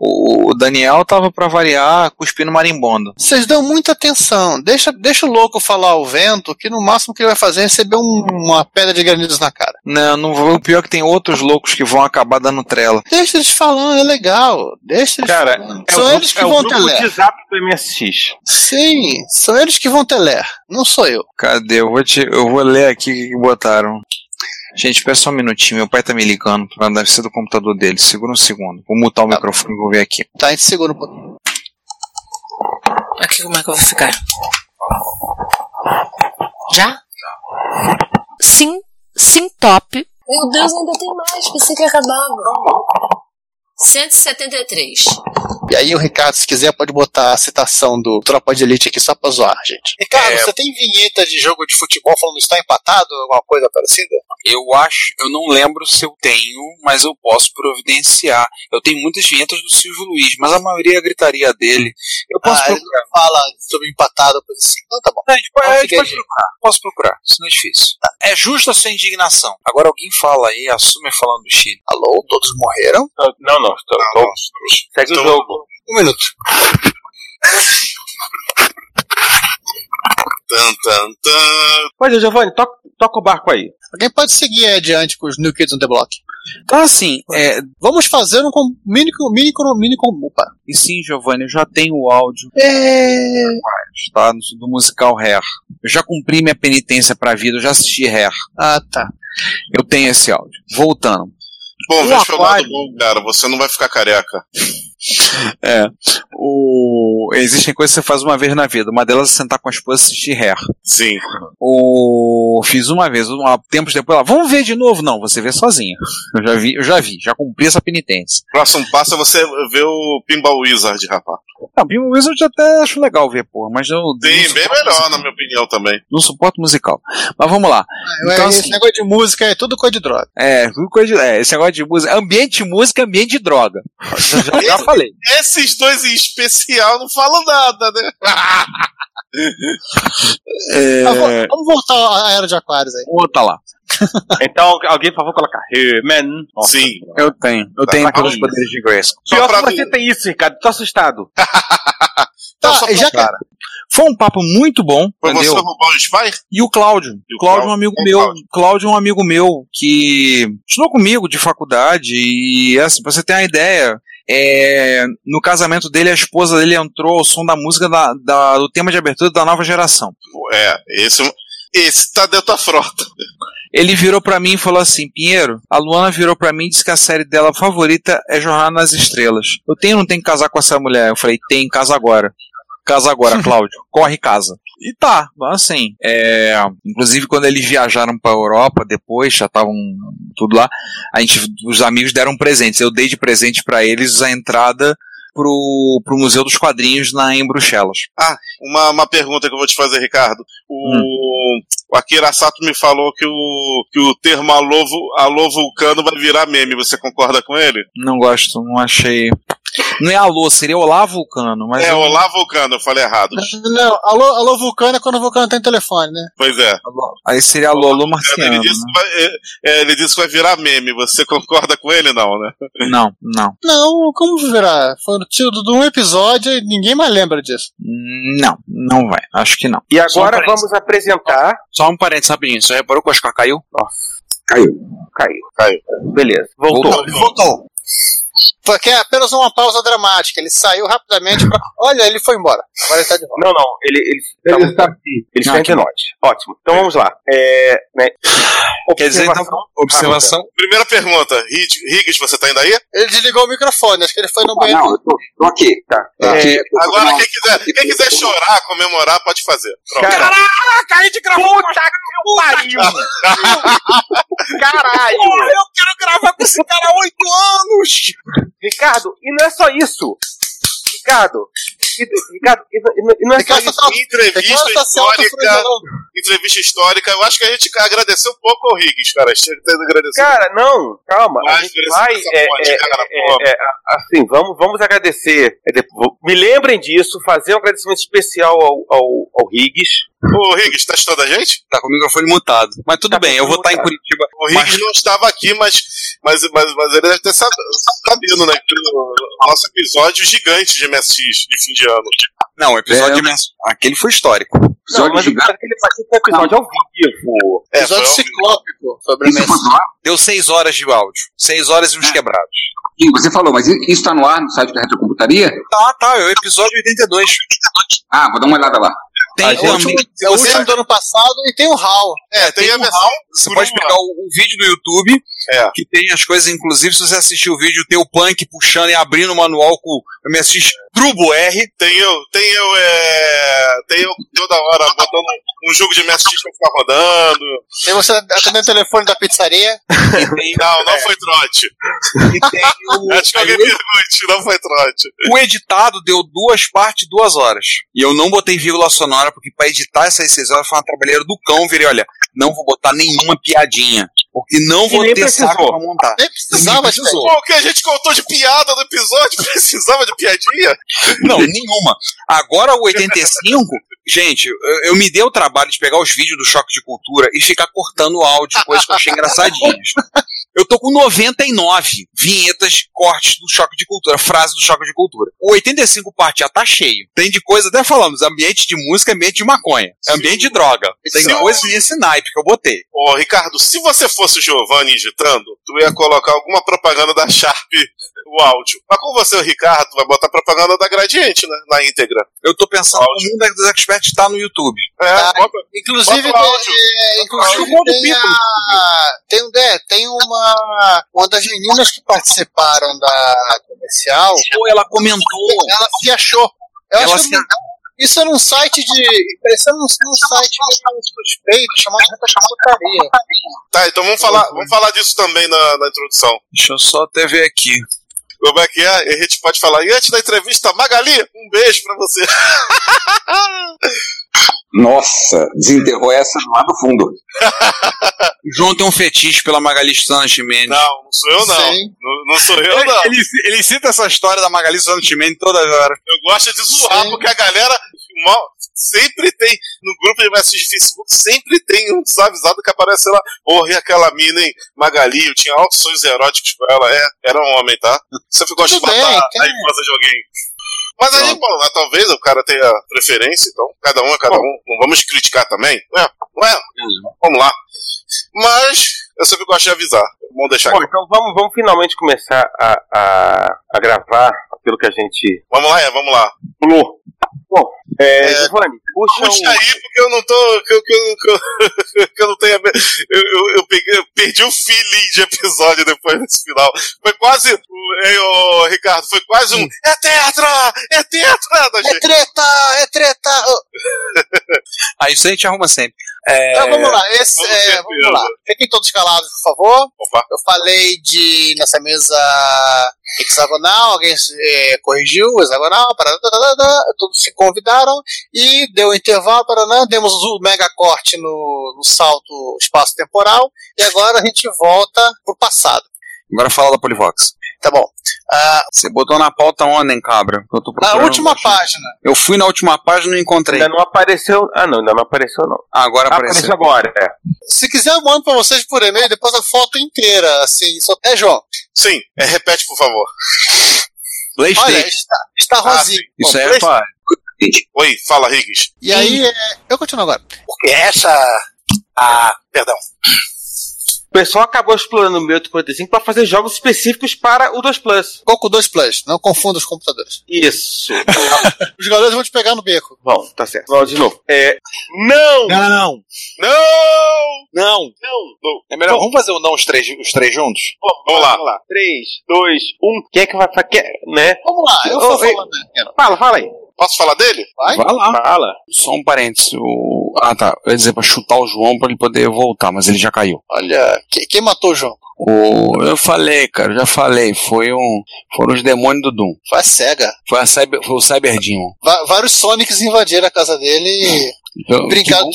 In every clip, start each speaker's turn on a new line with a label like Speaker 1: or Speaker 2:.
Speaker 1: O Daniel tava pra variar cuspindo marimbondo.
Speaker 2: Vocês dão muita atenção. Deixa, deixa o louco falar ao vento, que no máximo que ele vai fazer é receber um- uma pedra de granitos na cara.
Speaker 1: Não, não vou- o pior é que tem outros loucos que vão acabar dando trela.
Speaker 2: Deixa eles falando, é legal. Deixa eles
Speaker 3: Cara,
Speaker 2: falando.
Speaker 3: é o
Speaker 2: são
Speaker 3: grupo,
Speaker 2: eles que
Speaker 3: é o
Speaker 2: vão
Speaker 3: grupo
Speaker 2: ter ler.
Speaker 3: de zap do MSX.
Speaker 2: Sim, são eles que vão ter ler. Não sou eu.
Speaker 1: Cadê? Eu vou, te- eu vou ler aqui o que que botaram. Gente, espera só um minutinho. Meu pai tá me ligando. Deve ser do computador dele. Segura um segundo. Vou mutar o microfone e vou ver aqui.
Speaker 2: Tá, a gente segura um pouquinho.
Speaker 4: Aqui como é que eu vou ficar? Já?
Speaker 5: Sim, sim top.
Speaker 4: Meu Deus, ainda tem mais. Pensei que acabava. 173.
Speaker 2: E aí o Ricardo, se quiser, pode botar a citação do Tropa de Elite aqui só pra zoar, gente. Ricardo,
Speaker 6: É.
Speaker 2: você tem vinheta de jogo de futebol falando está empatado, alguma coisa parecida?
Speaker 6: Eu acho, eu não lembro se eu tenho, mas eu posso providenciar. Eu tenho muitas vinhetas do Silvio Luiz, mas a maioria é a gritaria dele. Eu posso
Speaker 2: Ah, ele
Speaker 6: procurar.
Speaker 2: Fala sobre empatado, coisa assim. Então tá bom.
Speaker 6: Não, a gente pode,
Speaker 2: Posso
Speaker 6: a gente pode
Speaker 2: querer.
Speaker 6: procurar, posso procurar, isso não é difícil. É justa a sua indignação. Agora alguém fala aí, assume falando do Chile.
Speaker 2: Alô, todos morreram?
Speaker 3: Ah, Não, não, tô, tô- segue o jogo.
Speaker 2: Um minuto.
Speaker 3: Pois é, Giovanni, toca, toca o barco aí.
Speaker 2: Alguém pode seguir adiante com os New Kids on the Block.
Speaker 6: Então assim, é,
Speaker 2: Vamos fazer um com- mini, mini, mini, mini opa.
Speaker 6: e sim, Giovanni, eu já tenho o áudio
Speaker 2: É...
Speaker 6: tá, do musical Hair. Eu já cumpri minha penitência pra vida, eu já assisti Hair.
Speaker 2: Ah, tá.
Speaker 6: Eu tenho esse áudio. Voltando.
Speaker 7: Bom,
Speaker 6: Um
Speaker 7: veja pelo lado
Speaker 6: aquário.
Speaker 7: bom, cara. Você não vai ficar careca.
Speaker 6: É. O... Existem coisas que você faz uma vez na vida. Uma delas é sentar com a esposa e assistir Hair.
Speaker 7: Sim.
Speaker 6: O... Fiz uma vez, um- há tempos depois, ela, vamos ver de novo? Não, você vê sozinha. Eu já vi, eu já vi, já cumpri essa penitência.
Speaker 7: Próximo passo é você ver o Pinball Wizard, rapaz.
Speaker 6: Não, Ah, Primo Wizard eu até acho legal ver, porra, mas eu
Speaker 7: Sim, bem melhor, na minha opinião, também.
Speaker 6: não suporto musical. Mas vamos lá. Então,
Speaker 2: Então, esse
Speaker 6: assim-
Speaker 2: negócio de música é tudo coisa de droga.
Speaker 6: É, tudo coisa de- é, esse negócio de música, ambiente de música, ambiente de droga. Já, já- já falei.
Speaker 7: Esses dois em especial não falam nada, né?
Speaker 6: é.
Speaker 2: Ah, vo- vamos voltar à era de Aquários aí.
Speaker 6: Ô, tá lá.
Speaker 3: Então, algu- alguém, por favor, colocar. Hey, man. Nossa.
Speaker 7: Sim.
Speaker 6: Eu tenho. Eu tenho
Speaker 7: Tá
Speaker 6: todos os
Speaker 7: aí.
Speaker 6: poderes de Grace.
Speaker 7: Só
Speaker 3: Pior
Speaker 7: pra
Speaker 3: que você tem isso, Ricardo. Tô assustado.
Speaker 2: Tá,
Speaker 6: Então, só pra-
Speaker 2: já que-
Speaker 6: cara. Foi um papo muito bom,
Speaker 7: Pra
Speaker 6: entendeu?
Speaker 7: você roubar o Spy?
Speaker 6: E o Cláudio.
Speaker 7: E o
Speaker 6: Cláudio é um
Speaker 7: Cláudio.
Speaker 6: amigo
Speaker 7: É,
Speaker 6: meu.
Speaker 7: Cláudio.
Speaker 6: Cláudio é um amigo meu que estudou comigo de faculdade e assim, pra você ter uma ideia, é, no casamento dele, a esposa dele entrou ao som da música da- da- do tema de abertura da nova geração.
Speaker 7: É, esse, esse tá dentro da frota.
Speaker 6: Ele virou pra mim e falou assim: Pinheiro, a Luana virou pra mim e disse que a série dela favorita é Jornada nas Estrelas. Eu tenho ou não tenho que casar com essa mulher? Eu falei: tem, casa agora. Casa agora, Cláudio. Corre e casa. E tá, assim. é, Inclusive, quando eles viajaram pra Europa depois, já estavam tudo lá, a gente, os amigos deram presentes. Eu dei de presente pra eles a entrada pro, pro Museu dos Quadrinhos na, em Bruxelas.
Speaker 7: Uma, uma pergunta que eu vou te fazer, Ricardo. O, o Akira Sato me falou que o, que o termo alô, vu- alô vulcano vai virar meme. Você concorda com ele?
Speaker 6: Não gosto, não achei. Não é alô, seria Olá Vulcano, mas.
Speaker 7: é,
Speaker 6: eu-
Speaker 7: olá vulcano, eu falei errado.
Speaker 2: Não, alô, alô Vulcano é quando o Vulcano tem telefone, né?
Speaker 7: Pois é.
Speaker 6: Tá Aí seria alô, alô
Speaker 7: Ele,
Speaker 6: Marciano. né?
Speaker 7: disse que vai, é, é, ele disse que vai virar meme. Você concorda com ele, não, né?
Speaker 6: Não, não,
Speaker 2: Não, como virá? Foi no título de um episódio e ninguém mais lembra disso.
Speaker 6: não, não vai, acho que não.
Speaker 3: E
Speaker 6: Só
Speaker 3: agora
Speaker 6: pra
Speaker 3: vamos apresentar.
Speaker 6: Só um parênteses rapidinho, você reparou que o Oscar caiu?
Speaker 3: Caiu. Caiu.
Speaker 7: Caiu.
Speaker 3: Beleza. Voltou.
Speaker 7: Voltou.
Speaker 2: Porque é apenas uma pausa dramática. Ele saiu rapidamente pra. Olha, ele foi embora. Agora ele tá de volta.
Speaker 8: Não, não, ele, ele, ele está aqui. Ele está entre nós. Ótimo. Então vamos lá. É, né,
Speaker 1: Quer dizer, então, observação.
Speaker 8: Ah,
Speaker 7: Primeira pergunta, Hig- Higgs, você tá indo aí?
Speaker 2: Ele desligou o microfone, acho que ele foi no banheiro.
Speaker 8: Não, eu tô, tô aqui, tá.
Speaker 2: Tá.
Speaker 8: Aqui, eu tô
Speaker 7: Agora,
Speaker 8: tomando-
Speaker 7: quem quiser, quem quiser chorar, comemorar, pode fazer. Pronto.
Speaker 8: Cara,
Speaker 9: Caraca, a gente gravou Puta que pariu!
Speaker 8: caralho!
Speaker 9: Porra, eu quero gravar com esse cara há oito anos!
Speaker 8: Ricardo, e não é só isso! Ricardo! E, Ricardo, e, não- e não- e não é só
Speaker 2: Ricardo,
Speaker 8: isso!
Speaker 2: tá-
Speaker 7: Entrevista
Speaker 2: Ricardo tá se
Speaker 7: histórica.
Speaker 2: autoflagelando.
Speaker 7: Entrevista histórica. Eu acho que a gente agradeceu um pouco ao Higgs, cara. A gente tá agradecendo.
Speaker 8: Cara, não, calma, a
Speaker 7: Mas
Speaker 8: gente
Speaker 7: merece
Speaker 8: vai.
Speaker 7: essa
Speaker 8: é,
Speaker 7: porra,
Speaker 8: é,
Speaker 7: cara,
Speaker 8: é,
Speaker 7: porra.
Speaker 8: é, a- assim, vamos, vamos agradecer. é, de- me lembrem disso, fazer um agradecimento especial ao, ao, ao Higgs.
Speaker 7: Ô, Higgs, tá estudando a gente?
Speaker 6: Tá com o microfone mutado. Mas tudo
Speaker 8: Tá com
Speaker 6: bem, eu vou estar em Curitiba.
Speaker 7: O Higgs não estava aqui, mas, mas, mas, mas ele deve ter sab- sabido, né? Pelo nosso episódio gigante de MSX de fim de ano.
Speaker 6: Não, o episódio
Speaker 1: É.
Speaker 6: de mens- aquele foi histórico.
Speaker 8: Não,
Speaker 1: Episódio
Speaker 8: mas o
Speaker 1: gigante.
Speaker 8: cara que ele participa do episódio ao vivo.
Speaker 7: É,
Speaker 2: Episódio
Speaker 7: foi é ao vivo.
Speaker 2: ciclópico sobre
Speaker 10: Isso
Speaker 2: Messi.
Speaker 10: foi no ar?
Speaker 6: Deu seis horas de áudio. Seis horas
Speaker 8: É.
Speaker 6: e uns quebrados.
Speaker 10: Sim, Você falou, mas i- isso tá no ar no site da Retrocomputaria?
Speaker 6: Tá, tá, é o episódio 82.
Speaker 10: Ah, vou dar uma olhada lá.
Speaker 6: Tem
Speaker 1: A gente-
Speaker 6: também.
Speaker 2: É o
Speaker 6: você-
Speaker 2: último do ano passado e tem o Hal.
Speaker 7: É, tem,
Speaker 6: tem
Speaker 7: a
Speaker 6: um
Speaker 7: versão.
Speaker 6: Você pode pegar o, o vídeo do YouTube,
Speaker 7: É.
Speaker 6: que tem as coisas, inclusive, se você assistir o vídeo, tem o punk puxando e abrindo o manual com o MSX Turbo R.
Speaker 7: Tem eu, tem eu, é. Tem eu toda hora botando um jogo de MSX pra ficar rodando.
Speaker 2: Tem você atendendo o telefone da pizzaria.
Speaker 6: E tem,
Speaker 7: Não, não foi trote.
Speaker 6: e tem o,
Speaker 7: Acho que alguém pergunte, não foi trote.
Speaker 6: o editado deu duas partes, duas horas. E eu não botei vírgula sonora, porque pra editar essas seis horas foi uma trabalheira do cão. Virei, olha, não vou botar nenhuma piadinha. Porque não vou
Speaker 8: nem
Speaker 6: ter saco
Speaker 8: precisou.
Speaker 6: pra
Speaker 7: Tá.
Speaker 6: montar.
Speaker 2: Nem precisava, um. gente.
Speaker 7: Pô, o que a gente contou de piada no episódio? Precisava de piadinha?
Speaker 6: Não, nenhuma. Agora o 85, gente, eu, eu me dei o trabalho de pegar os vídeos do Choque de Cultura e ficar cortando áudio, coisas que eu achei engraçadinhas. Eu tô com 99 vinhetas, cortes do Choque de Cultura, frase do Choque de Cultura. O 85 parte já tá cheio. Tem de coisa, até falamos, ambiente de música, ambiente de maconha, ambiente de droga. Tem
Speaker 7: Sim.
Speaker 6: coisa nesse naipe que eu botei.
Speaker 7: Ô, Ricardo, se você fosse o Giovanni editando, tu ia colocar alguma propaganda da Sharp no áudio. Mas com você, o Ricardo, tu vai botar propaganda da Gradiente, né? Na íntegra.
Speaker 6: Eu tô pensando,
Speaker 7: Áudio.
Speaker 6: o mundo dos experts tá no YouTube.
Speaker 7: É,
Speaker 2: Tá.
Speaker 7: bota-
Speaker 2: Inclusive,
Speaker 7: Bota o áudio.
Speaker 2: tem, é, inclusive
Speaker 6: Bota o áudio
Speaker 2: tem,
Speaker 6: do
Speaker 2: a, tem, um- é, tem uma, uma das meninas que participaram da comercial,
Speaker 6: Pô, ela comentou.
Speaker 2: ela se achou. Eu
Speaker 6: Ela
Speaker 2: acho
Speaker 6: se
Speaker 2: que isso é num site de. Isso é num, num site meio suspeito chamado Retrocomputaria.
Speaker 7: tá, então vamos falar, vamos falar disso também na, na introdução.
Speaker 6: Deixa eu só até ver aqui.
Speaker 7: Como é que é? E a gente pode falar. E antes da entrevista, Magali, um beijo pra você.
Speaker 10: Nossa, desenterrou essa lá do fundo.
Speaker 6: O João tem um fetiche pela Magali Suzana Chimenez.
Speaker 7: Não, não sou eu, não.
Speaker 2: Sim.
Speaker 7: Não, não sou eu, não.
Speaker 6: É, Ele, ele cita essa história da Magali Suzana Chimenez toda hora.
Speaker 7: Eu gosto de zoar,
Speaker 2: Sim.
Speaker 7: porque a galera mal- sempre tem, no grupo de mensagem de Facebook, sempre tem um desavisado que aparece lá. Porra, e aquela mina, hein? Magali, eu tinha altos sonhos eróticos com ela. É, era um homem, tá? Sempre gosto de
Speaker 2: Tudo bem,
Speaker 7: matar
Speaker 2: cara.
Speaker 7: a infância de alguém. Mas aí, bom, né, talvez o cara tenha preferência, então cada um é cada um. Não vamos criticar também, não é? Não é? Vamos lá. Mas eu sempre gosto de avisar. Vamos deixar
Speaker 8: Bom,
Speaker 7: aqui.
Speaker 8: então vamos, vamos finalmente começar a, a, a gravar aquilo que a gente
Speaker 7: Vamos lá, é, vamos lá.
Speaker 8: falou. Bom, é, Giovanni, puxa um-
Speaker 7: Puxa
Speaker 8: o.
Speaker 7: aí, porque eu não tô. Que eu, que eu, que eu, que eu não tenho. a me- Eu, eu, eu peguei- eu perdi o feeling de episódio depois desse final. Foi quase. o- Ei, ô, Ricardo, foi quase um. É tetra! É tetra! Da
Speaker 2: É
Speaker 7: gente.
Speaker 2: treta! É treta! Ô,
Speaker 6: Aí Ah, isso a gente arruma sempre. É,
Speaker 2: Então vamos lá, esse,
Speaker 7: vamos
Speaker 2: é,
Speaker 7: ver
Speaker 2: vamos
Speaker 7: primeiro.
Speaker 2: lá. Fiquem todos calados, por favor.
Speaker 7: Opa.
Speaker 2: Eu falei de nessa mesa hexagonal, alguém eh, corrigiu o hexagonal, parará, tarará, todos se convidaram e deu um intervalo, paraná, demos o mega corte no, no salto espaço-temporal e agora a gente volta pro passado.
Speaker 6: Agora fala da Polivox.
Speaker 2: Tá bom. Ah,
Speaker 6: Você botou na pauta ontem, cabra. Eu tô
Speaker 2: na
Speaker 6: procurando.
Speaker 2: última página.
Speaker 6: Eu fui na última página e não encontrei.
Speaker 8: Ainda não apareceu. Ah, não, ainda não apareceu, não.
Speaker 6: Ah, agora apareceu.
Speaker 8: Apareceu agora, é.
Speaker 2: Se quiser, eu mando pra vocês por e-mail depois a foto inteira, assim, só é João.
Speaker 7: Sim, é, repete, por favor.
Speaker 2: Olha,
Speaker 6: Playstation.
Speaker 2: está, está
Speaker 7: Ah,
Speaker 2: Rosinha.
Speaker 6: Isso
Speaker 2: Bom,
Speaker 6: aí é
Speaker 2: Play-
Speaker 6: fácil.
Speaker 7: Oi, fala, Riggs.
Speaker 2: E aí, é, eu continuo agora.
Speaker 8: Porque essa. Ah, perdão. O pessoal acabou explorando o 1045 para fazer jogos específicos para o 2 Plus.
Speaker 2: Coco 2 Plus, não confunda os computadores.
Speaker 8: Isso.
Speaker 2: os jogadores vão te pegar no beco.
Speaker 8: Bom, tá certo. Vamos de novo. É...
Speaker 6: Não,
Speaker 7: Não!
Speaker 6: não,
Speaker 7: não!
Speaker 6: Não!
Speaker 7: Não! não.
Speaker 6: É melhor, vamos fazer o não os três, os três juntos?
Speaker 7: Bom, vamos lá.
Speaker 8: Vamos lá. 3, 2, 1. Quem é que vai... Quem... Né?
Speaker 2: Vamos lá, eu vou
Speaker 8: Ô, ei,
Speaker 2: falando. né?
Speaker 8: Fala, fala aí.
Speaker 7: Posso falar dele?
Speaker 2: Vai?
Speaker 6: Vai lá.
Speaker 8: Fala.
Speaker 6: Só um parênteses. o- Ah, tá. Eu ia dizer pra chutar o João pra ele poder voltar, mas ele já caiu.
Speaker 2: Olha, que- quem matou o João?
Speaker 6: O... Eu falei, cara, eu já falei. Foi um... Foram os demônios do Doom.
Speaker 2: Foi a SEGA.
Speaker 6: Foi, a cyber... Foi o Cyber Demon.
Speaker 2: Va- vários Sonics invadiram a casa dele e.
Speaker 6: Então, que
Speaker 2: Obrigado.
Speaker 6: bom-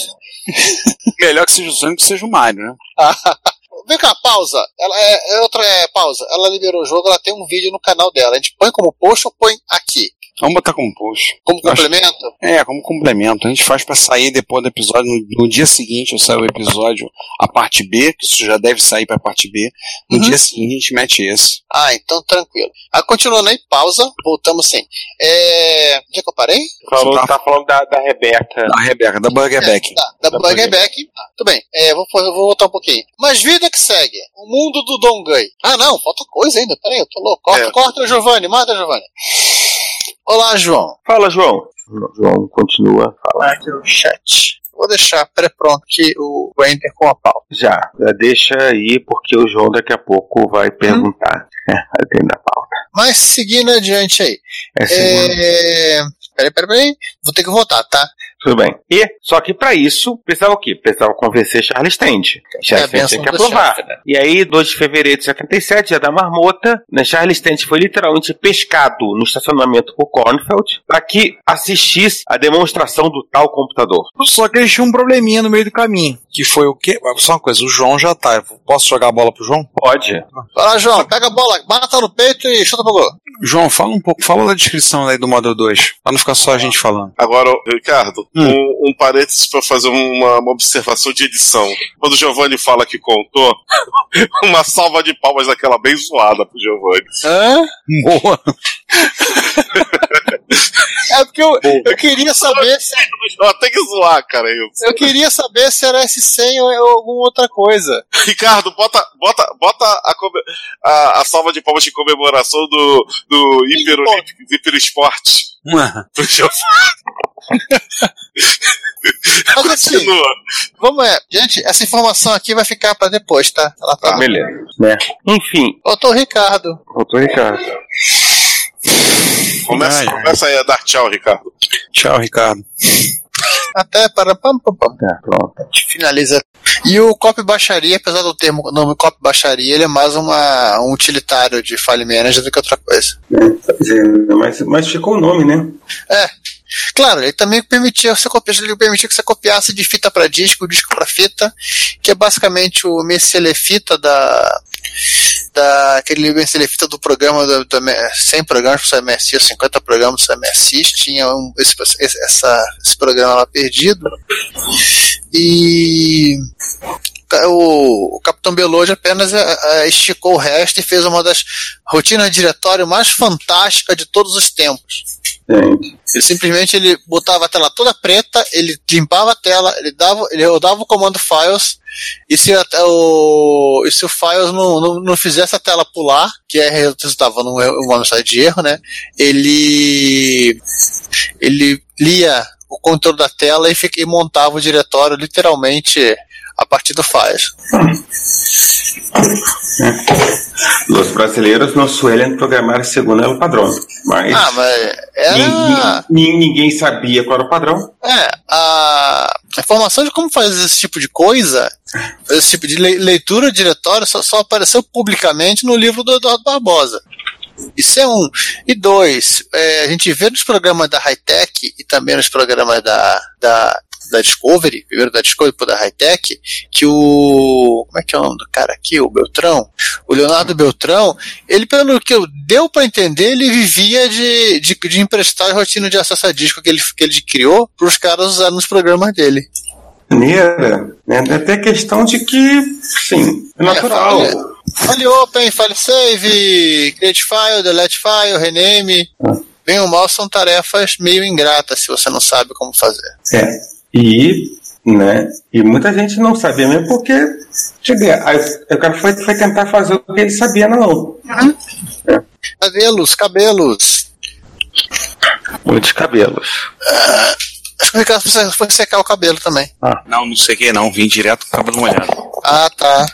Speaker 6: Melhor que seja o Sonic que seja o Mario, né?
Speaker 2: Vem cá, pausa. Ela é, é outra é, pausa. Ela liberou o jogo, ela tem um vídeo no canal dela. A gente põe como post ou põe aqui?
Speaker 6: Vamos botar como post.
Speaker 2: Como
Speaker 6: Acho-
Speaker 2: complemento?
Speaker 6: É, como complemento. A gente faz pra sair depois do episódio. No, no dia seguinte eu saio o episódio, a parte B, que isso já deve sair pra parte B. No dia seguinte a gente mete esse.
Speaker 2: Ah, então tranquilo. Ah, continuando aí, pausa. Voltamos sim. É... Onde é que eu parei?
Speaker 8: Falou, tá falando da, da Rebeca.
Speaker 6: Da Rebeca, da Burger Beck.
Speaker 2: Tá, da
Speaker 8: Dá pra
Speaker 2: Burger
Speaker 8: ver.
Speaker 2: Back. Ah, tudo bem, é, vou, eu vou voltar um pouquinho. Mas vida que segue. O mundo do Dongai. Ah, não, falta coisa ainda. Peraí, eu tô louco. Corta,
Speaker 7: É.
Speaker 2: corta, Giovanni. Mata, Giovanni. Olá, João.
Speaker 8: Fala, João. João, continua. Fala.
Speaker 2: Aqui o chat. Vou deixar pré-pronto aqui o Ender com a pau.
Speaker 8: Já, Hum? já deixa aí, porque o João daqui a pouco vai perguntar. Dentro da pauta.
Speaker 2: Mas seguindo adiante aí.
Speaker 8: É seguro.
Speaker 2: É... Peraí, peraí, peraí. Vou ter que voltar, tá?
Speaker 8: Tudo bem. E, só que pra isso, precisava o quê? Precisava convencer Charles Stand.
Speaker 2: É a
Speaker 8: Charles Stand
Speaker 2: benção
Speaker 8: tinha que
Speaker 2: do
Speaker 8: aprovar.
Speaker 2: chefe, né?
Speaker 8: E aí, 2 de fevereiro de 77, já da marmota, né, Charles Stanton foi literalmente pescado no estacionamento por Kornfeld para que assistisse a demonstração do tal computador.
Speaker 6: Só que eles tinham um probleminha no meio do caminho. Que foi o quê? Só uma coisa, o João já tá. Posso jogar a bola pro João?
Speaker 8: Pode.
Speaker 2: Fala, João. Pega a bola, mata no peito e chuta pro gol.
Speaker 6: João, fala um pouco, fala da descrição aí do Model 2, pra não ficar só a gente falando.
Speaker 7: Agora, Ricardo,
Speaker 6: Hum.
Speaker 7: um, um parênteses para fazer uma, uma observação de edição. Quando o Giovanni fala que contou, uma salva de palmas daquela bem zoada pro Giovanni.
Speaker 2: Hã?
Speaker 6: Boa!
Speaker 2: É porque eu, eu queria saber se
Speaker 7: Eu até que zoar, cara. Eu.
Speaker 2: eu queria saber se era S100 ou, ou alguma outra coisa.
Speaker 7: Ricardo, bota, bota, bota a, come- a- a salva de palmas de comemoração do, do Hiper Olímpicos, Hiper Esporte. Pro Giovanni.
Speaker 2: Mas assim,
Speaker 7: Continua.
Speaker 2: Vamos é. Gente, essa informação aqui vai ficar pra depois, tá? Ela tá.
Speaker 8: Beleza. Né? Enfim,
Speaker 2: Voltou o Ricardo.
Speaker 8: voltou Ricardo.
Speaker 7: Começa,
Speaker 6: Ai, ai.
Speaker 7: começa aí a dar tchau, Ricardo.
Speaker 6: Tchau, Ricardo.
Speaker 2: Até para. Pam, pam, pam.
Speaker 8: Tá, pronto.
Speaker 2: A gente finaliza. E o Cop Baixaria, apesar do termo nome Cop Baixaria, ele é mais uma, um utilitário de File Manager do que outra coisa.
Speaker 3: Mas, mas ficou o nome, né?
Speaker 2: Claro, ele também permitia você copiar, ele permitia que você copiasse de fita pra disco, disco pra fita, que é basicamente o Messelefita da. da aquele Messelefita do programa do, do, M- 100 programas pro seu MSI, ou 50 programas pro seu MSI, tinha um- esse, esse- essa, esse programa lá perdido. E ca- o, o Capitão Beloge apenas eh, eh, esticou o resto e fez uma das rotinas de diretório mais fantásticas de todos os tempos. Ele simplesmente ele botava a tela toda preta, ele limpava a tela, ele dava, ele rodava o comando files e se a- o e se o files não, não, não fizesse a tela pular, que é resultava num erro- uma mensagem de erro, né? Ele ele lia o controle da tela e, fica- e montava o diretório literalmente a partir do files.
Speaker 3: Os brasileiros não suelen programar segundo o padrão. Mas,
Speaker 2: Ah, mas era
Speaker 3: nin- nin- ninguém sabia qual era o padrão.
Speaker 2: É, a a informação de como fazer esse tipo de coisa, esse tipo de le- leitura de diretório, só, só apareceu publicamente no livro do Eduardo Barbosa. Isso é um. E dois, é, a gente vê nos programas da Hightech e também nos programas da, da, da Discovery, primeiro da Discovery, depois da Hightech, que o. Como é que é o nome do cara aqui? O Beltrão? O Leonardo Beltrão, ele, pelo que eu- deu pra entender, ele vivia de, de, de emprestar as rotinas de acesso a disco que ele, que ele criou pros caras usarem nos programas dele.
Speaker 3: Maneira. Né? Até questão de que, sim, é natural.
Speaker 2: É, File Open, File Save, Create File, Delete File, Rename. Bem ou mal são tarefas meio ingratas se você não sabe como fazer.
Speaker 3: É. E, né? E muita gente não sabia mesmo porque
Speaker 11: Deixa eu ver. Aí, o cara foi, foi tentar fazer o que ele sabia na mão.
Speaker 2: Cabelos, cabelos.
Speaker 8: Muitos cabelos.
Speaker 2: Ricardo você foi secar o cabelo também.
Speaker 6: Não, não sei o que não. Vim direto com o cabelo molhado.
Speaker 2: Ah, tá.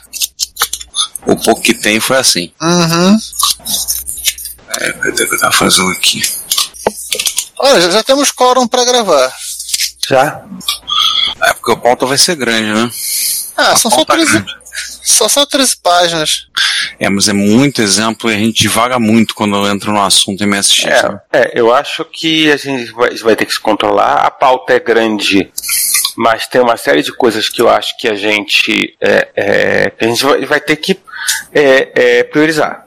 Speaker 6: O pouco que tem foi assim.
Speaker 2: Uhum.
Speaker 6: É, cadê o que eu tava fazendo aqui?
Speaker 2: Olha, já, já temos quórum pra gravar.
Speaker 8: Já?
Speaker 6: É porque o pauta vai ser grande, né?
Speaker 2: Ah, são só 13. Só são 13 páginas.
Speaker 6: É, mas é muito exemplo e a gente divaga muito quando entra no assunto MSX. né?
Speaker 8: É, eu acho que a gente vai, vai ter que se controlar. A pauta é grande, mas tem uma série de coisas que eu acho que a gente, é, é, a gente vai, vai ter que é, é, priorizar.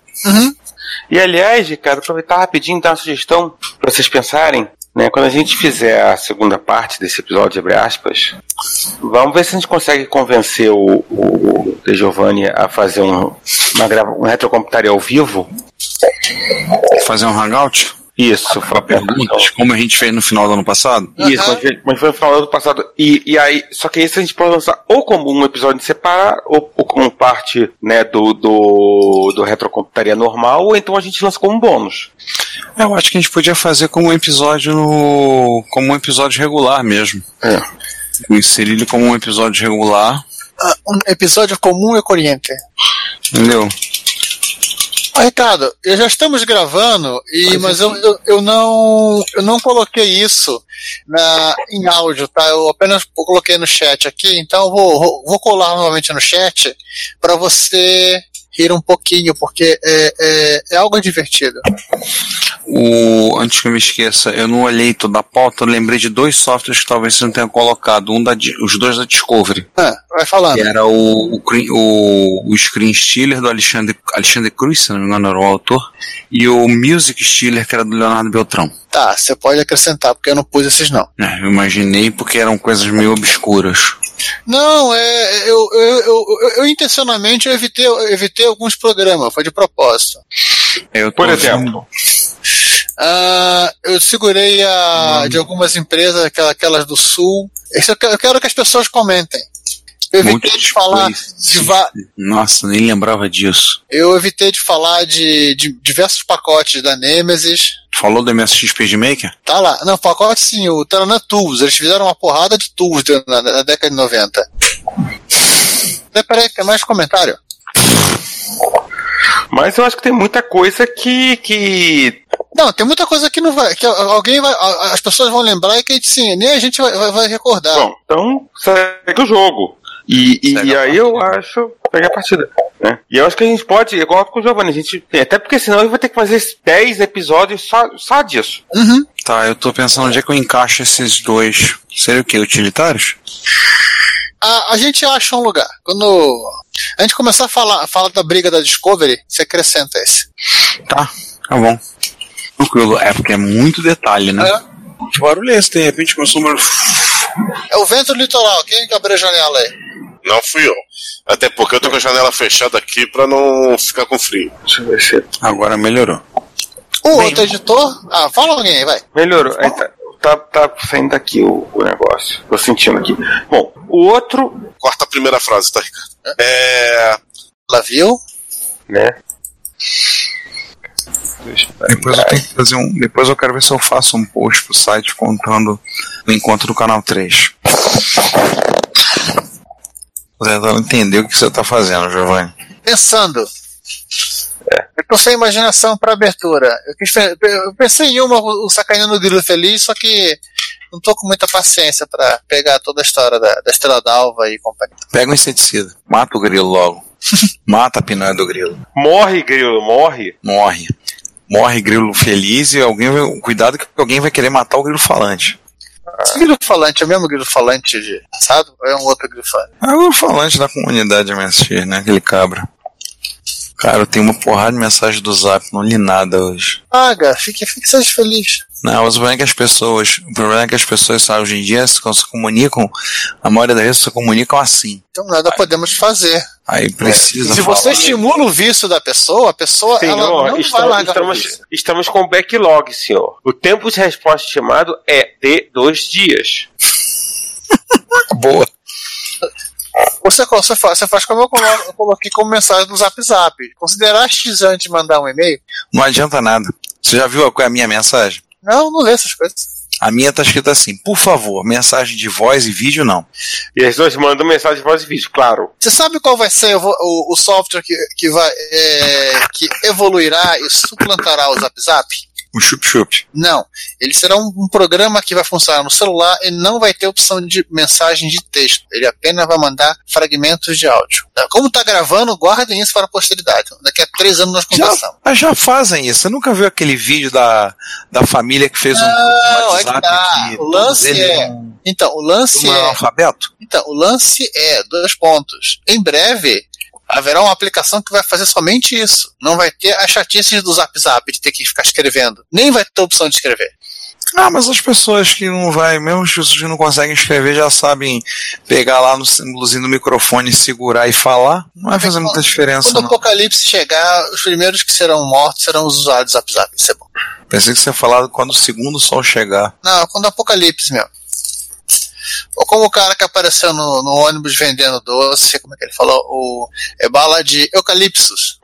Speaker 8: E aliás, Ricardo, aproveitar rapidinho e dar uma sugestão para vocês pensarem. Né, quando a gente fizer a segunda parte desse episódio, abre aspas, vamos ver se a gente consegue convencer o, o, o De Giovanni a fazer um, uma grava, um retrocomputaria ao vivo.
Speaker 6: Fazer um hangout?
Speaker 8: Isso, para
Speaker 6: perguntas, como a gente fez no final do ano passado?
Speaker 8: Isso, mas foi- mas foi no final do ano passado. E, e aí, só que isso a gente pode lançar ou como um episódio separado, ou, ou como parte né, do, do, do retrocomputaria normal, ou então a gente lança como um bônus.
Speaker 6: Eu acho que a gente podia fazer como um episódio no. como um episódio regular mesmo.
Speaker 8: É.
Speaker 6: Inserir ele como um episódio regular,
Speaker 2: Ah, um episódio comum e corriente.
Speaker 6: entendeu?
Speaker 2: Ó, Ricardo, eu já estamos gravando, e, mas eu, eu, eu não, eu não coloquei isso na, em áudio, tá? Eu apenas coloquei no chat aqui, então eu vou, vou- vou colar novamente no chat para você rir um pouquinho, porque é, é, é algo divertido.
Speaker 6: O, antes que eu me esqueça, eu não olhei toda a pauta, eu lembrei de dois softwares que talvez você não tenha colocado, um da, Di- os dois da Discovery.
Speaker 2: Ah, vai falando.
Speaker 6: Que era o, o, Cre- o, o Screen Stealer do Alexandre, Alexandre Cruz, se não me engano, era o autor, e o Music Stealer, que era do Leonardo Beltrão.
Speaker 2: Tá, você pode acrescentar, porque eu não pus esses não.
Speaker 6: É, eu imaginei porque eram coisas meio obscuras.
Speaker 2: Não, é, eu, eu, eu, eu- eu intencionalmente eu evitei, eu evitei alguns programas, foi de propósito.
Speaker 6: Por
Speaker 8: Uhum.
Speaker 6: exemplo.
Speaker 2: Ah, eu segurei a de algumas empresas, aquela- aquelas do Sul. Isso eu, que- eu quero que as pessoas comentem. Eu evitei de falar de va-
Speaker 6: Nossa, nem lembrava disso.
Speaker 2: eu evitei de falar de, de diversos pacotes da Nemesis.
Speaker 6: Tu Falou do MSX PageMaker?
Speaker 2: Tá lá. Não, pacote sim, o Taranã Tools. Eles fizeram uma porrada de tools de- na, na década de 90. Peraí, Peraí, tem mais comentário?
Speaker 8: Mas eu acho que tem muita coisa que. que...
Speaker 2: Não, tem muita coisa que não vai. que alguém vai. a- As pessoas vão lembrar e que a gente, sim, nem a gente vai, vai- vai recordar.
Speaker 8: Bom, então segue o jogo. E, e, e aí eu acho. Pega a partida. né? E eu acho que a gente pode, igual com o Giovanni, a gente. Até porque senão eu vou ter que fazer 10 episódios só, só disso.
Speaker 6: Tá, eu tô pensando onde é que eu encaixo esses dois. Seria o quê? Utilitários?
Speaker 2: A, a gente acha um lugar. Quando a gente começar a falar, falar da briga da Discovery, você acrescenta esse.
Speaker 6: Tá, tá bom. Tranquilo, é porque é muito detalhe, né? Que barulho é esse? De repente começou um barulho.
Speaker 2: É o vento litoral. Quem que abriu a janela aí?
Speaker 7: Não fui eu. Até porque eu tô com a janela fechada aqui pra não ficar com frio.
Speaker 8: Deixa eu ver se.
Speaker 6: Agora melhorou.
Speaker 2: O outro editor? Ah, fala alguém aí, vai.
Speaker 8: Melhorou. Aí tá, tá, tá saindo daqui o, o negócio. Tô sentindo aqui. Bom, o outro.
Speaker 7: Corta a primeira frase, tá, Ricardo? É.
Speaker 2: Ela viu?
Speaker 8: Né?
Speaker 6: Depois eu tenho que fazer um. Depois eu quero ver se eu faço um post pro site contando o encontro do canal 3. Tô tentando entender o que você tá fazendo, Giovanni.
Speaker 2: Pensando. Eu tô sem imaginação pra abertura. Eu, quis fe- eu pensei em uma, o sacaneando do Grilo Feliz, só que não tô com muita paciência pra pegar toda a história da, da Estrela d'Alva e companhia.
Speaker 6: Pega um inseticida. Mata o grilo logo. Mata a pinóia do grilo.
Speaker 8: Morre, grilo, morre.
Speaker 6: Morre. Morre grilo feliz e alguém vai- Cuidado que alguém vai querer matar o grilo falante.
Speaker 2: Esse grilo falante é o mesmo grilo falante de passado? Ou é um outro grilo falante?
Speaker 6: Ah, o falante da comunidade MSX, né? Aquele cabra. Cara, eu tenho uma porrada de mensagem do zap, não li nada hoje.
Speaker 2: Paga, fique, fique seja feliz.
Speaker 6: Não, mas o problema é que as pessoas. O problema é que as pessoas sabe, hoje em dia se, se comunicam, a maioria das vezes se comunicam assim.
Speaker 2: Então nada podemos fazer.
Speaker 6: Aí precisa.
Speaker 2: É. Se você
Speaker 6: falar.
Speaker 2: estimula o vício da pessoa, a pessoa ela
Speaker 8: Senhor,
Speaker 2: não vai
Speaker 8: estamos,
Speaker 2: largar o
Speaker 8: estamos,
Speaker 2: vício.
Speaker 8: estamos com backlog, senhor. O tempo de resposta estimado é de dois dias.
Speaker 6: Boa.
Speaker 2: Você, você, faz, você faz como eu colo- eu coloquei como mensagem no Zap Zap. Consideraste antes de mandar um e-mail?
Speaker 6: Não adianta nada. Você já viu a- qual é a minha mensagem?
Speaker 2: Não, não lê essas coisas.
Speaker 6: A minha tá escrita assim, por favor, mensagem de voz e vídeo não.
Speaker 8: E as duas mandam mensagem de voz e vídeo, claro.
Speaker 2: Você sabe qual vai ser o, vo- o- o software que, que vai é, que evoluirá e suplantará o Zap Zap?
Speaker 6: O Um chup-chup.
Speaker 2: Não. Ele será um, um programa que vai funcionar no celular e não vai ter opção de mensagem de texto. Ele apenas vai mandar fragmentos de áudio. Tá? Como está gravando, guardem isso para a posteridade. Daqui a três anos nós
Speaker 6: Já,
Speaker 2: conversamos.
Speaker 6: mas já fazem isso. Você nunca viu aquele vídeo da, da família que fez um
Speaker 2: Não, é que
Speaker 6: WhatsApp
Speaker 2: tá.
Speaker 6: que
Speaker 2: O lance
Speaker 6: todos eles
Speaker 2: é. Então, o lance
Speaker 6: Uma
Speaker 2: é.
Speaker 6: um analfabeto?
Speaker 2: Então, o lance é, dois pontos. Em breve. Haverá uma aplicação que vai fazer somente isso. Não vai ter as chatices do Zap Zap de ter que ficar escrevendo. Nem vai ter opção de escrever.
Speaker 6: Ah, mas as pessoas que não vai, mesmo as pessoas que não conseguem escrever, já sabem pegar lá no símbolozinho do microfone, segurar e falar. Não vai fazer muita diferença,
Speaker 2: Quando o
Speaker 6: não.
Speaker 2: apocalipse chegar, os primeiros que serão mortos serão os usuários do Zap Zap. Isso é bom.
Speaker 6: Pensei que você ia falar quando o segundo sol chegar.
Speaker 2: Não, quando o apocalipse mesmo. Ou como o cara que apareceu no, no ônibus vendendo doce, como é que ele falou? O, é bala de eucalipsos.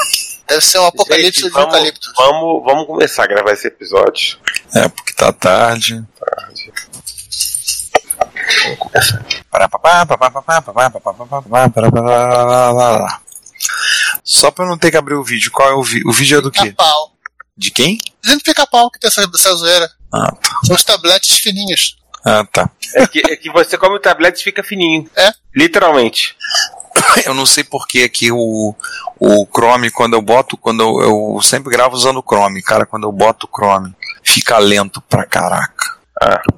Speaker 2: Deve ser um apocalipse
Speaker 8: Gente,
Speaker 2: de eucalipto.
Speaker 8: vamos, vamos, vamos começar a gravar esse episódio.
Speaker 6: É, porque tá tarde.
Speaker 8: Tarde.
Speaker 6: Só pra eu não ter que abrir o vídeo, qual é o vídeo? O vídeo é do quê?
Speaker 2: Pica-pau.
Speaker 6: De quem?
Speaker 2: Dizendo pica-pau que tem essa, essa zoeira.
Speaker 6: Ah, tá.
Speaker 2: São os tabletes fininhos.
Speaker 6: Ah, tá.
Speaker 8: É que, é que você come o tablet e fica fininho.
Speaker 2: É?
Speaker 8: Literalmente.
Speaker 6: Eu não sei porque aqui o, o Chrome, quando eu boto, quando eu, eu sempre gravo usando o Chrome, cara, quando eu boto o Chrome, fica lento pra caraca.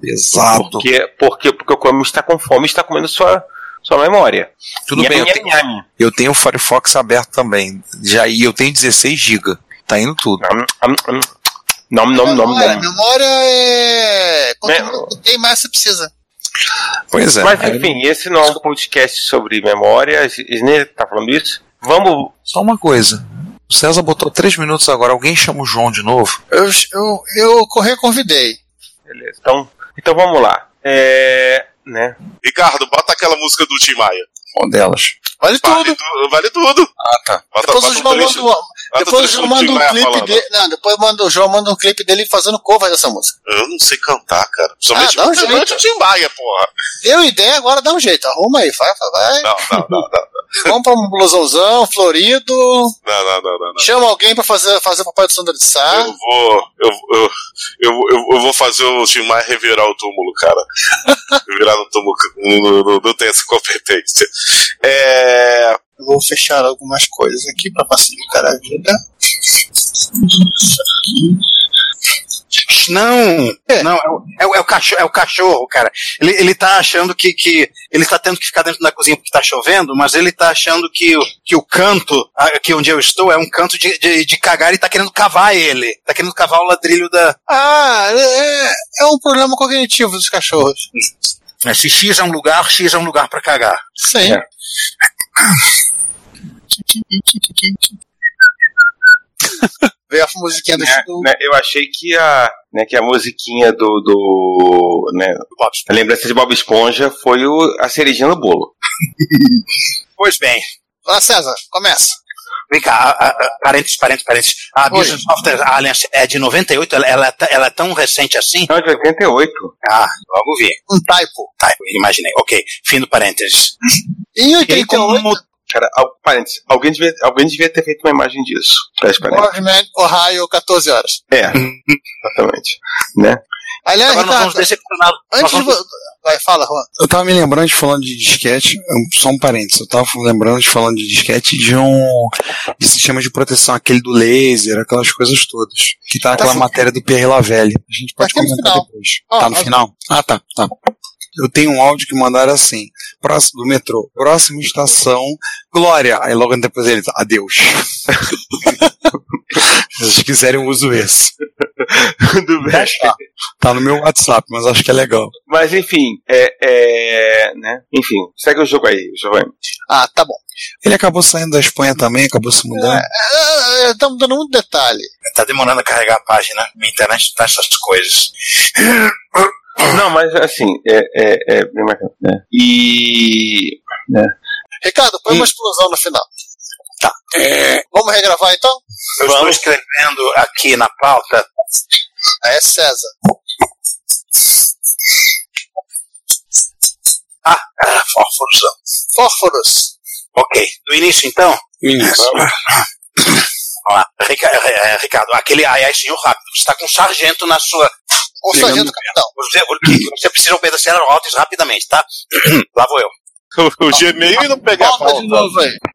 Speaker 6: Pesado.
Speaker 8: Porque, porque, porque o come está com fome e está comendo sua, sua memória.
Speaker 6: Tudo
Speaker 8: Nham,
Speaker 6: bem, eu
Speaker 8: nham,
Speaker 6: tenho-
Speaker 8: nham.
Speaker 6: é Eu tenho o Firefox aberto também. Já, e eu tenho 16 GB. Tá indo tudo.
Speaker 8: Nom, nom, nom,
Speaker 2: Memória,
Speaker 8: nom.
Speaker 2: memória é. Quanto tem mais você precisa.
Speaker 6: Pois é.
Speaker 8: Mas enfim, esse não é um podcast sobre memória. a Isnê tá falando isso? Vamos.
Speaker 6: Só uma coisa. O César botou 3 minutos agora. Alguém chama o João de novo?
Speaker 2: Eu, eu, eu corri convidei.
Speaker 8: Beleza. Então, então vamos lá. É. Né?
Speaker 7: Ricardo, bota aquela música do Tim Maia.
Speaker 6: Qual delas?
Speaker 2: Vale
Speaker 7: tudo. Vale tudo.
Speaker 6: Ah, tá.
Speaker 7: Bota,
Speaker 2: Depois
Speaker 7: bota
Speaker 2: o
Speaker 7: um
Speaker 2: João
Speaker 7: trecho-
Speaker 2: manda um,
Speaker 7: bota
Speaker 2: depois o
Speaker 7: trecho
Speaker 2: João
Speaker 7: do Tim
Speaker 2: manda um
Speaker 7: Maia
Speaker 2: clipe
Speaker 7: falando.
Speaker 2: dele. Não, depois manda, o João manda um clipe dele fazendo cover dessa música.
Speaker 7: Eu não sei cantar, cara. Principalmente
Speaker 2: Ah, dá um
Speaker 7: principalmente
Speaker 2: jeito.
Speaker 7: o Tim Maia, porra.
Speaker 2: Deu ideia, agora dá um jeito. Arruma aí, vai, vai, vai.
Speaker 7: Não, não, não, não.
Speaker 2: Compra um blusãozão, florido.
Speaker 7: Não, não, não, não, não.
Speaker 2: Chama alguém pra fazer, fazer o papai do Sandra de Sá.
Speaker 7: Eu vou. Eu, eu, eu, eu- eu vou fazer o Tim Maia revirar o túmulo, cara. revirar no túmulo. Não, não, não tem essa competência. É.
Speaker 2: Eu vou fechar algumas coisas aqui pra facilitar a vida.
Speaker 9: Não! Não, é o, é o- é o cachorro, é o cachorro, cara. Ele, ele tá achando que, que. Ele tá tendo que ficar dentro da cozinha porque tá chovendo, mas ele tá achando que, o- que o canto aqui onde eu estou é um canto de, de, de cagar e tá querendo cavar ele. Tá querendo cavar o ladrilho da.
Speaker 2: Ah, é, é um problema cognitivo dos cachorros.
Speaker 9: É, Se X é um lugar, X é um lugar pra cagar.
Speaker 2: Sim. Veio a musiquinha do
Speaker 8: Né, né, eu achei que a, né, que a musiquinha do. do né, a lembrança de Bob Esponja foi o, a cerejinha no bolo.
Speaker 9: Pois bem.
Speaker 2: Lá, César, começa.
Speaker 9: Vem cá, a- a- a- parênteses, parênteses, parênteses. A
Speaker 2: Oi.
Speaker 9: Business of the Alliance é de 98? Ela, ela, é t- ela é tão recente assim?
Speaker 8: Não, de 88.
Speaker 9: Ah, logo vi.
Speaker 2: Um typo.
Speaker 9: Tá, imaginei. Ok, fim do parênteses.
Speaker 2: Em
Speaker 8: E aí,
Speaker 2: 88,
Speaker 8: como- Cara, al- parênteses, alguém devia, alguém devia ter feito uma imagem disso. Traz parênteses.
Speaker 2: Boardman, Ohio, 14 horas.
Speaker 8: É, exatamente. Né?
Speaker 2: Aliás,
Speaker 9: Agora nós
Speaker 2: Ricardo,
Speaker 9: vamos decepcionar.
Speaker 2: antes de.
Speaker 9: nós vamos-
Speaker 2: vo- Vai, fala, Juan.
Speaker 12: Eu tava me lembrando de falando de disquete, um- só um parênteses, eu tava lembrando de falando de disquete de um de sistema de proteção, aquele do laser, aquelas coisas todas. Que tá aquela
Speaker 2: sim.
Speaker 12: matéria do Pierre Lavelli. A gente pode
Speaker 2: Tá aqui no
Speaker 12: comentar
Speaker 2: final.
Speaker 12: depois.
Speaker 2: Ó,
Speaker 12: tá no
Speaker 2: ó.
Speaker 12: final? Ah, tá, tá. Eu tenho um áudio que mandaram assim, próximo do metrô, próxima estação, Glória. Aí logo depois ele, adeus. Se vocês quiserem, eu uso esse.
Speaker 8: Tudo bem.
Speaker 12: Tá no meu WhatsApp, mas acho que é legal.
Speaker 8: Mas enfim, é, é, né? Enfim, segue o jogo aí, Giovanni.
Speaker 2: Ah, tá bom. É,
Speaker 12: Ele acabou saindo da Espanha também, acabou se mudando.
Speaker 13: É,
Speaker 2: Estamos dando muito detalhe.
Speaker 9: Tá demorando a carregar a página. Minha internet tá essas coisas.
Speaker 8: Não, mas assim, é, é, é bem bacana. né? E. né?
Speaker 2: Ricardo,
Speaker 7: Hum.
Speaker 2: põe uma explosão no final.
Speaker 13: Tá.
Speaker 2: Vamos regravar então?
Speaker 13: Eu estou escrevendo aqui na pauta.
Speaker 2: É César.
Speaker 13: Ah, era fósforosão.
Speaker 2: Fósforos.
Speaker 13: Ok. Do início então?
Speaker 14: Início.
Speaker 13: Vamos lá. Rica- eh, Ricardo, aquele ai ai senhor rápido. Você está com um sargento na sua.
Speaker 2: Com o sargento,
Speaker 13: capitão. Você, o que- você precisa obedecer às ordens rapidamente, tá? Lá vou eu.
Speaker 7: O Gmail e não pegar a pauta.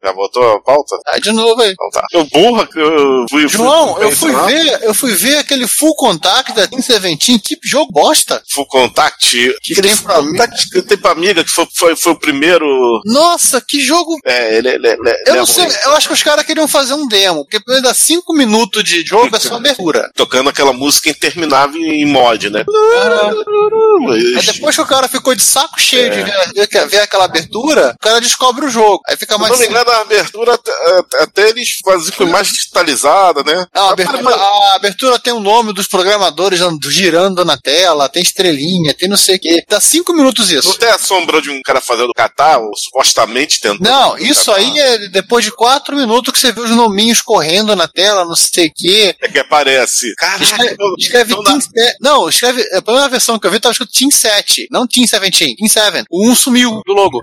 Speaker 7: Já botou a pauta?
Speaker 2: Ah, de novo aí.
Speaker 7: Então tá. Eu burra que eu fui.
Speaker 2: João, eu fui
Speaker 7: pensar.
Speaker 2: ver, eu fui ver aquele full contact da Team Seventeen, que jogo bosta.
Speaker 7: Full Contact. Que, tem pra contact que tem pra amiga, que foi, foi, foi o primeiro.
Speaker 2: Nossa, que jogo.
Speaker 7: É, ele, ele, ele- ele
Speaker 2: Eu
Speaker 7: é
Speaker 2: não sei,
Speaker 7: ruim.
Speaker 2: eu acho que os caras queriam fazer um demo, porque pelo menos dá 5 minutos de jogo é só abertura.
Speaker 7: Tocando aquela música interminável em mod, né?
Speaker 2: Aí É depois que o cara ficou de saco cheio de ver, ver- ver aquela abertura, o cara descobre o jogo. Aí fica
Speaker 7: Se
Speaker 2: mais.
Speaker 7: não me engano, a abertura até- até eles faziam com mais digitalizada, né?
Speaker 2: Não, Ah, a, abertura, a abertura tem o nome dos programadores and- girando na tela, tem estrelinha, tem não sei o quê. Dá cinco minutos isso.
Speaker 7: Não tem a sombra de um cara fazendo catar, ou supostamente tentando.
Speaker 2: Não, isso aí é depois de quatro minutos que você vê os nominhos correndo na tela, não sei o quê.
Speaker 7: É que aparece. então,
Speaker 2: Escreve, escreve Team Se- Não, escreve. A primeira versão que eu vi tava escrito Team 7, não Team 17, Team 7. O 1 sumiu do logo.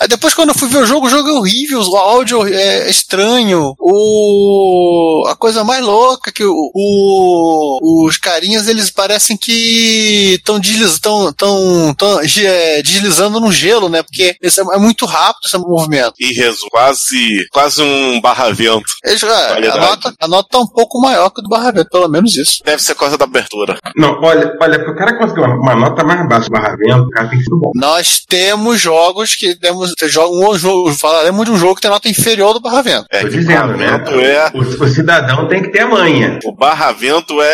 Speaker 2: Aí depois, quando eu fui ver o jogo, o jogo é horrível, o áudio é estranho. O... A coisa mais louca é que o, o- os carinhas, eles parecem que estão desliz... tão, tão, tão, gi- é, deslizando no gelo, né? Porque esse é, é muito rápido esse movimento.
Speaker 7: E resumo, quase, quase um barravento.
Speaker 2: Eles, ah, a,
Speaker 7: Qualidade.
Speaker 2: nota, a nota tá um pouco maior que a do Barravento, pelo menos isso.
Speaker 7: Deve ser coisa da abertura.
Speaker 3: Não, olha, olha, pro cara conseguir uma, uma nota mais baixa do Barravento, o cara tem que ser bom.
Speaker 2: Nós temos jogos que temos. Jogo, um jogo, falaremos de um jogo que tem nota inferior do Barravento.
Speaker 7: É,
Speaker 3: Tô dizendo, né?
Speaker 7: barravento é-
Speaker 3: O, o cidadão tem que ter manha.
Speaker 7: O barravento é,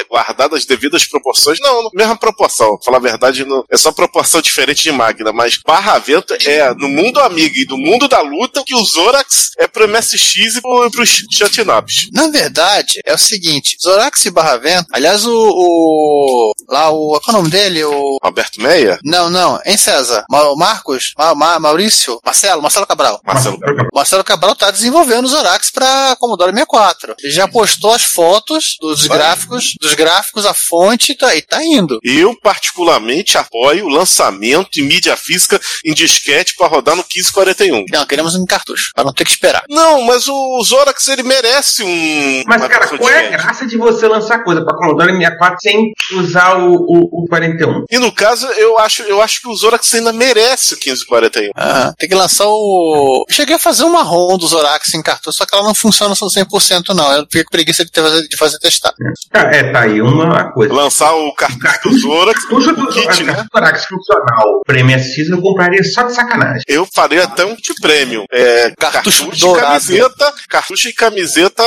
Speaker 7: é guardado as devidas proporções. Não, mesma proporção. Falar a verdade, não- é só proporção diferente de máquina. Mas barravento é no mundo amigo e do mundo da luta que o Zorax é pro MSX e pro, pro Shutinaps.
Speaker 2: Na verdade, é o seguinte: Zorax e Barravento. Aliás, o. o- lá, o. Qual é o nome dele? O.
Speaker 7: Alberto Meia?
Speaker 2: Não, não, hein, César? Ma- o Marcos? Ma- Ma- Maurício? Marcelo? Marcelo Cabral.
Speaker 7: Marcelo.
Speaker 2: Marcelo Cabral tá desenvolvendo o Zorax pra Commodore 64. Ele já postou as fotos dos gráficos, dos gráficos, a fonte tá, e tá indo.
Speaker 7: Eu, particularmente, apoio o lançamento em mídia física em disquete para rodar no 1541.
Speaker 2: Não, queremos em cartucho, pra não ter que esperar.
Speaker 7: Não, mas o Zorax ele merece um.
Speaker 3: Mas,
Speaker 7: uma
Speaker 3: cara,
Speaker 7: versão
Speaker 3: qual é a
Speaker 7: disquete.
Speaker 3: graça de você lançar coisa pra Commodore 64 sem usar o, o, um, o 41?
Speaker 7: E no caso, eu acho, eu acho que o Zorax ainda merece o 1541.
Speaker 2: Ah, tem que lançar o. Eu cheguei a fazer uma ROM do Zorax em cartucho, só que ela não funciona só 100% não. Eu fiquei com preguiça de, ter- de fazer testar.
Speaker 3: Cara, é, tá aí uma coisa.
Speaker 7: Lançar o cartucho do Zorax, o kit,
Speaker 3: Olha,
Speaker 7: né?
Speaker 3: cara, Thorax funcional, prêmio Assis, eu compraria só de sacanagem.
Speaker 7: Eu farei até um de prêmio. É, cartucho, e
Speaker 2: dourado.
Speaker 7: camiseta, cartucho e camiseta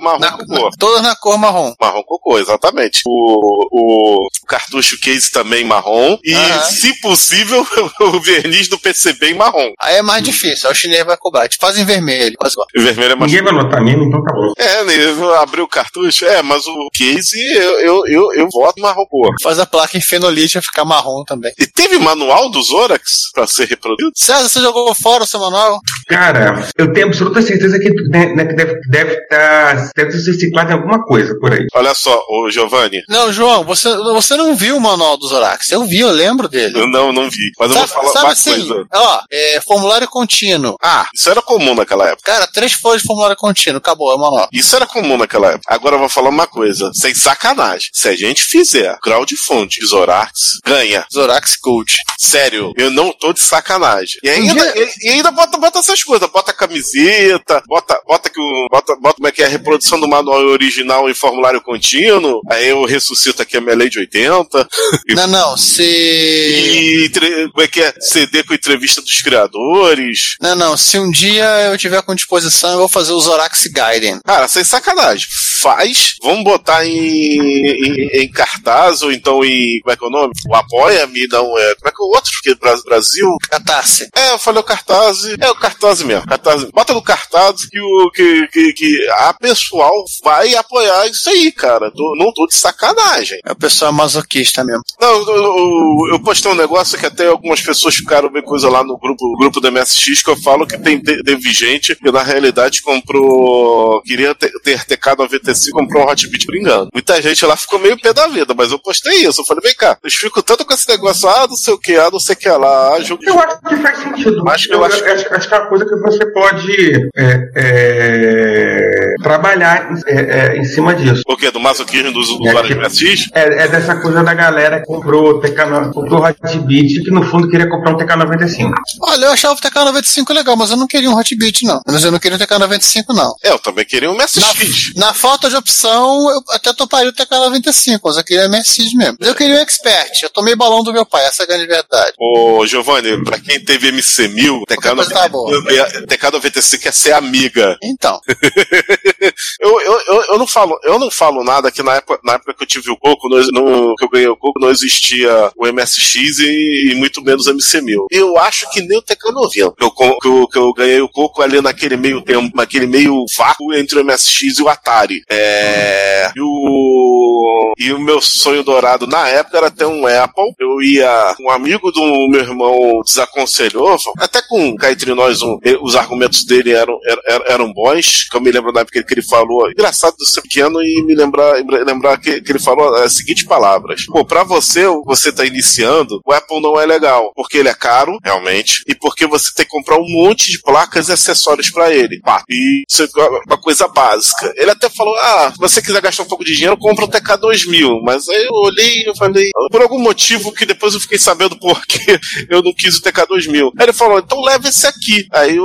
Speaker 7: marrom cocô.
Speaker 2: Todas na cor marrom.
Speaker 7: Marrom cocô, exatamente. O, o cartucho case também marrom. E,
Speaker 2: Aham.
Speaker 7: se possível, o verniz do PCB em marrom.
Speaker 2: Aí é mais difícil, aí o chinês vai cobrar. Te fazem vermelho, faz igual.
Speaker 7: E vermelho é mais
Speaker 3: Ninguém vai notar mesmo, então tá bom.
Speaker 7: É, né, eu abri o cartucho. É, mas o case eu, eu, eu, eu voto marrom cocô.
Speaker 2: Faz a placa em fenolite vai ficar marrom também.
Speaker 7: E teve manual do Zorax pra ser reproduzido?
Speaker 2: César, você jogou fora o seu manual?
Speaker 3: Cara, eu tenho absoluta certeza que, né, né, que deve, deve, tá, deve ser reciclado em alguma coisa por aí.
Speaker 7: Olha só, ô Giovanni.
Speaker 2: Não, João, você, você não viu o manual do Zorax. Eu vi, eu lembro dele.
Speaker 7: Eu não, não vi. Mas eu vou falar
Speaker 2: sabe
Speaker 7: uma
Speaker 2: assim,
Speaker 7: coisa.
Speaker 2: ó, é, formulário contínuo.
Speaker 7: Ah, isso era comum naquela época.
Speaker 2: Cara, três folhas de formulário contínuo, acabou, é o manual.
Speaker 7: Isso era comum naquela época. Agora eu vou falar uma coisa, sem sacanagem. Se a gente fizer crowdfunding de Zorax, ganha.
Speaker 2: Zorax Gold.
Speaker 7: Sério, eu não tô de sacanagem. E ainda, e, e ainda bota, bota essas coisas, bota camiseta, bota, bota que o. Bota, bota como é que é a reprodução do manual original em formulário contínuo. Aí eu ressuscito aqui a minha lei de 80.
Speaker 2: Não, não, se.
Speaker 7: E tre- como é que é? CD com entrevista dos criadores.
Speaker 2: Não, não, se um dia eu tiver com disposição, eu vou fazer o Zorax Gaiden.
Speaker 7: Cara, sem sacanagem. faz, vamos botar em, em, em cartaz, ou então em. Como é que é o nome? O Apoia-me, não é. Como é que é o outro? Que é Bra- Brasil? Cartaz. É, eu falei o cartaz. É o cartaz mesmo. Cartaz, bota no cartaz que, o, que, que, que a pessoal vai apoiar isso aí, cara. Tô- não tô de sacanagem.
Speaker 13: É o pessoal masoquista mesmo.
Speaker 7: Não, eu, eu- eu postei um negócio que até algumas pessoas ficaram bem coisa lá no grupo, grupo do MSX que eu falo que tem de- teve gente que na realidade comprou. queria ter, ter TK95 comprou um Hot Beat brincando. Muita gente lá ficou meio pé da vida, mas eu postei isso. Eu falei, vem cá, eles ficam tanto com esse negócio, ah, não sei o que, ah, não sei o que lá, ah, jogo.
Speaker 3: Eu acho que faz sentido.
Speaker 7: Acho que eu
Speaker 3: Eu
Speaker 7: acho.
Speaker 3: acho, acho que é uma coisa que você pode é, é, trabalhar é, é, em cima disso.
Speaker 7: O quê? Do masoquismo dos usuários do MSX?
Speaker 3: É, é dessa coisa da galera que comprou o TK, comprou o Hotbit que no fundo queria comprar um TK95.
Speaker 2: Olha, eu achava o TK95 legal, mas eu não queria um Hot Beat, não. Mas eu não queria um TK95, não.
Speaker 7: É, eu também queria um MSX.
Speaker 2: Na falta de opção, eu até toparia o TK95, mas eu queria MSX mesmo. Eu queria um Expert, eu tomei balão do meu pai, essa é a grande verdade.
Speaker 7: Ô, Giovanni, pra quem teve MC1000, TK95 TK95 quer ser amiga.
Speaker 2: tá Então.
Speaker 7: eu, eu, eu, eu não falo, eu não falo nada que na época, na época que eu tive o Coco, não, não- que eu ganhei o Coco, não existia o MSX e, e muito menos o MC1000. Eu acho que nem o TK90. Que eu, com- que, eu, que eu ganhei o Coco ali naquele meio tempo, naquele meio vácuo entre o MSX e o Atari. É. E o. E o meu sonho dourado na época era ter um Apple. Eu ia. Um amigo do meu irmão desaconselhou, falou, até com cá entre nós, um, eh, os argumentos dele eram, er- er- eram bons, que eu me lembro na época que ele falou, engraçado de ser pequeno e me lembrar, e me lembrar que, que ele falou as seguintes palavras: Pô, pra você, o- você tá iniciando, o Apple não é legal, porque ele é caro, realmente, e porque você tem que comprar um monte de placas e acessórios pra ele. Pá, e isso é uma- uma coisa básica. Ele até falou: ah, se você quiser gastar um pouco de dinheiro, compra um TK2000. Mas aí eu olhei e eu falei, por algum motivo que depois eu fiquei sabendo por que eu não quis o TK2000. Aí ele falou: então leva esse aqui. Aí eu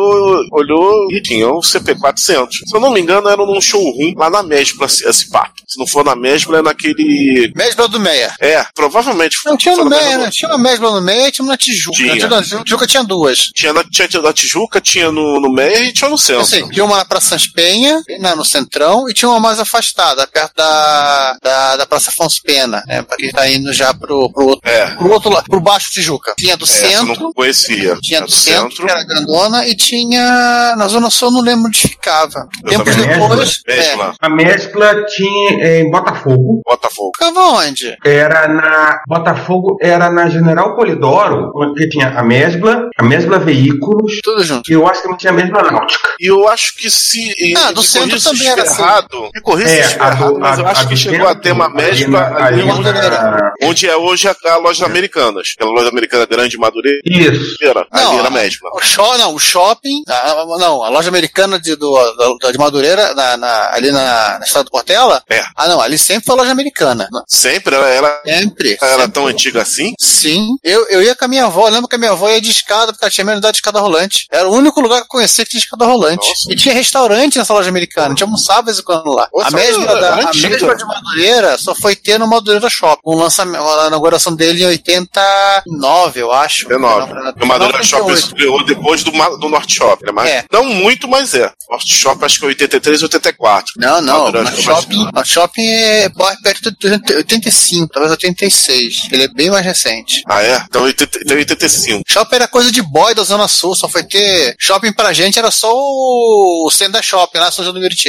Speaker 7: olhou é um e tinha o CP400. Se eu não me engano, era num showroom lá na Mesbla, esse esse papo. Se não for na Mesbla, é naquele.
Speaker 2: Mesbla do Meia.
Speaker 7: É, provavelmente.
Speaker 2: Não tinha no meio, né? Tinha uma Mesbla no meio e tinha uma na Tijuca.
Speaker 7: Tinha.
Speaker 2: Na Tijuca- na Tijuca tinha duas.
Speaker 7: Tinha na, tinha na Tijuca, tinha no, no Meia e tinha no
Speaker 2: Eu
Speaker 7: centro.
Speaker 2: sei, Assim, tinha uma na Praça Sans Penha, na- no Centrão, e tinha uma mais afastada, perto da, da, da Praça Afonso Pena, né? Pra quem tá indo já pro, pro, outro,
Speaker 7: É.
Speaker 2: pro outro lado, pro Baixo Tijuca. Tinha do
Speaker 7: Essa É, eu
Speaker 2: centro,
Speaker 7: não conhecia.
Speaker 2: tinha do
Speaker 7: Essa
Speaker 2: centro, que era grandona, e tinha. Na Zona Sul eu não lembro onde ficava. Tempos depois. é,
Speaker 7: Mesbla.
Speaker 3: A mescla tinha é, em Botafogo.
Speaker 7: Botafogo.
Speaker 2: Ficava onde?
Speaker 3: Era na. Botafogo era na General Polidoro, que tinha a mescla, a mescla veículos.
Speaker 2: Tudo junto.
Speaker 3: E eu acho que não tinha a mesma náutica.
Speaker 7: E eu acho que se. E,
Speaker 2: Ah, do centro também era assim.
Speaker 7: errado. Me corrija se
Speaker 3: É,
Speaker 7: estiver
Speaker 3: a do-
Speaker 7: errado, tipo mas eu
Speaker 3: a-
Speaker 7: acho
Speaker 3: a
Speaker 7: que
Speaker 3: do
Speaker 7: chegou a
Speaker 3: centro,
Speaker 7: ter uma
Speaker 3: ali
Speaker 7: mescla
Speaker 3: na- ali
Speaker 7: onde,
Speaker 3: na-
Speaker 7: onde é hoje a, a loja Americanas. Aquela loja americana grande de Madureira.
Speaker 3: Isso.
Speaker 7: Era, ali
Speaker 2: Não,
Speaker 7: era
Speaker 2: a-
Speaker 7: a mescla.
Speaker 2: O, shop, não, o shopping, a- a- não, a loja americana de, do, da- de Madureira, na- na- ali na, na Estrada do Portela.
Speaker 7: É.
Speaker 2: Ah, não, ali sempre foi a loja americana.
Speaker 7: Sempre? Ela era,
Speaker 2: É, sempre,
Speaker 7: ela era tão antiga assim?
Speaker 2: Sim, eu, eu ia com a minha avó, eu lembro que a minha avó ia de escada, porque ela tinha medo de dar de escada rolante. Era o único lugar que eu conhecia que tinha escada rolante. E tinha restaurante nessa loja americana, a gente almoçava de vez em quando lá.
Speaker 7: Nossa,
Speaker 2: a mesma,
Speaker 7: era-
Speaker 2: da,
Speaker 7: era
Speaker 2: a
Speaker 7: antiga.
Speaker 2: mesma de Madureira só foi ter no Madureira Shopping, um lançamento, a inauguração dele em 89, eu acho.
Speaker 7: 19. É O Madureira
Speaker 2: 98.
Speaker 7: Shopping ganhou depois do, Ma- do Norte Shopping, né? Mas, Não muito, mas é. Norte Shopping acho que é 83, 84.
Speaker 2: Não, não,
Speaker 7: Madureira
Speaker 2: o shopping, o shopping é bairro perto de 85, talvez 86. Ele é bem mais recente.
Speaker 7: Ah, é? Então 80 então 85.
Speaker 2: Shopping era coisa de boy da Zona Sul, só foi ter. Shopping pra gente era só o Senda Shopping, lá em São João do Meriti.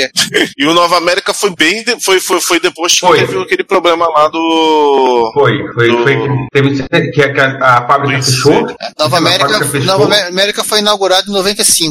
Speaker 7: E o Nova América foi bem de- foi, foi, foi depois que teve aquele problema lá do.
Speaker 3: Foi, foi, foi que teve que a, que a- a fábrica fechou.
Speaker 2: Nova América,
Speaker 3: fechou.
Speaker 2: Nova Amé- América foi inaugurado em 95.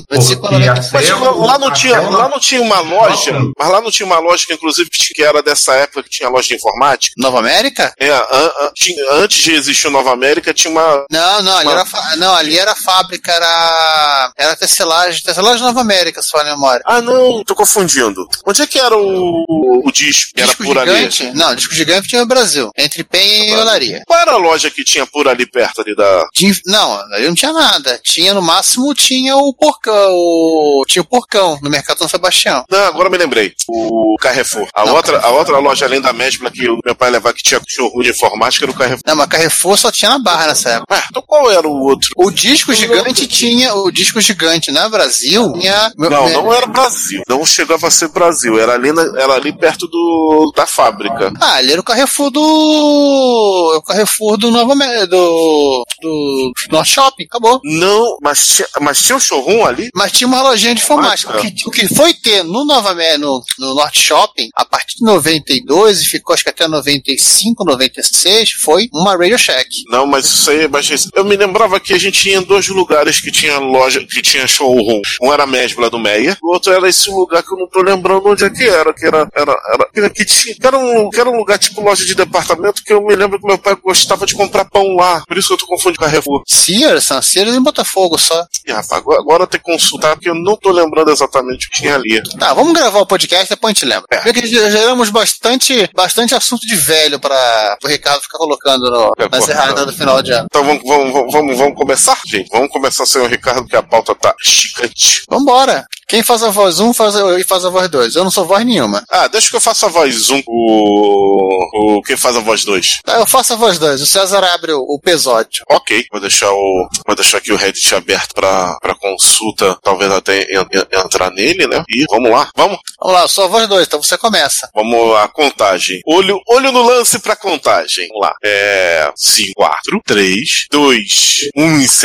Speaker 2: 95
Speaker 3: Porque
Speaker 7: Mas
Speaker 3: até
Speaker 7: lá,
Speaker 3: o-
Speaker 7: lá não tinha,
Speaker 3: até o-
Speaker 7: lá não tinha uma loja, mas lá não tinha uma loja que inclusive que era dessa época que tinha loja de informática.
Speaker 2: Nova América?
Speaker 7: É, an- an- tinha- antes de existir o Nova América tinha uma
Speaker 2: Não, não, ali, era, fa- não, ali era fábrica, era, era tecelagem, tecelagem Nova América, se for a memória.
Speaker 7: Ah, não, tô confundindo. Onde é que era o, o disco? Era por
Speaker 2: Gigante?
Speaker 7: ali?
Speaker 2: Não, Não, disco gigante tinha no Brasil. Entre Penha e Olaria.
Speaker 7: Qual era a loja que tinha por ali perto ali da.
Speaker 2: Tinha- Não, ali não tinha nada. Tinha, no máximo, tinha o porcão. o- Tinha o porcão no Mercado São Sebastião.
Speaker 7: Não, agora me lembrei. O Carrefour. A, outra, a outra loja além da Mesbla que o meu pai levava que tinha showroom de informática era o Carrefour.
Speaker 2: Não, mas Carrefour só tinha na Barra nessa época.
Speaker 7: então qual era o outro?
Speaker 2: O disco gigante tinha. O disco gigante na Brasil tinha.
Speaker 7: Não, não é. era Brasil. Não chegava a ser Brasil. Era ali, na- era ali perto do, da fábrica.
Speaker 2: Ah, ele era o Carrefour do. é O Carrefour do Nova. Amé- Do. Do. North Shopping, acabou.
Speaker 7: Não, mas tinha, mas tinha um showroom ali?
Speaker 2: Mas tinha uma lojinha de informática. O que, o que foi ter no Nova Amé- no, no North Shopping, a partir de 92 e ficou acho que até 95, 96, foi uma Radio Shack.
Speaker 7: Não, mas isso aí é baixíssimo. Eu me lembrava que a gente ia em dois lugares que tinha loja, que tinha showroom. Um era a Mesbla do Meia, o outro era esse lugar que eu não tô lembrando onde é que era, que era, era, era- que era, que tinha, que era, um, que era um lugar tipo loja de departamento que eu me lembro que meu pai gostava de comprar pão lá. Por isso que eu tô confundindo com a Carrefour.
Speaker 2: Sears, San Sears e Botafogo só.
Speaker 7: Ih, rapaz, agora, agora eu tenho que consultar porque eu não tô lembrando exatamente o que tinha ali.
Speaker 2: Tá, vamos gravar o podcast, depois a gente lembra. Vê que já geramos bastante, bastante assunto de velho para o Ricardo ficar colocando no, nas erradas do final de ano.
Speaker 7: Então vamos, vamos, vamos, vamos, vamos começar, gente? Vamos começar, senhor Ricardo, que a pauta tá gigante.
Speaker 2: Vambora! Quem faz a voz 1 faz a, e faz a voz 2. Eu não sou voz nenhuma.
Speaker 7: Ah, deixa que eu faça a voz 1. O, o, quem faz a voz 2?
Speaker 2: Tá, eu faço a voz 2. O César abre o, o pesódio.
Speaker 7: Ok, vou deixar o vou deixar aqui o Reddit aberto pra pra consulta, talvez até en- en- entrar nele, né? E vamos lá, vamos,
Speaker 2: Vamos lá, eu sou a voz 2, então você começa.
Speaker 7: vamos lá, contagem. Olho, olho no lance pra contagem. Vamos lá. É 5 4 3 2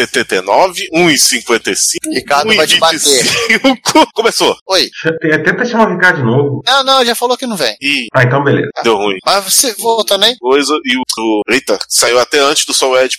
Speaker 7: 1,79, 1,55.
Speaker 2: Ricardo vai te bater.
Speaker 7: Começou.
Speaker 2: Oi.
Speaker 3: Até pra chamar o Ricardo de novo.
Speaker 2: Não, não, já falou que não vem.
Speaker 7: E
Speaker 3: Ah, então beleza.
Speaker 7: deu ruim.
Speaker 2: Mas você volta, né?
Speaker 7: Coisa e o, o eita, saiu até antes do Soul Edge.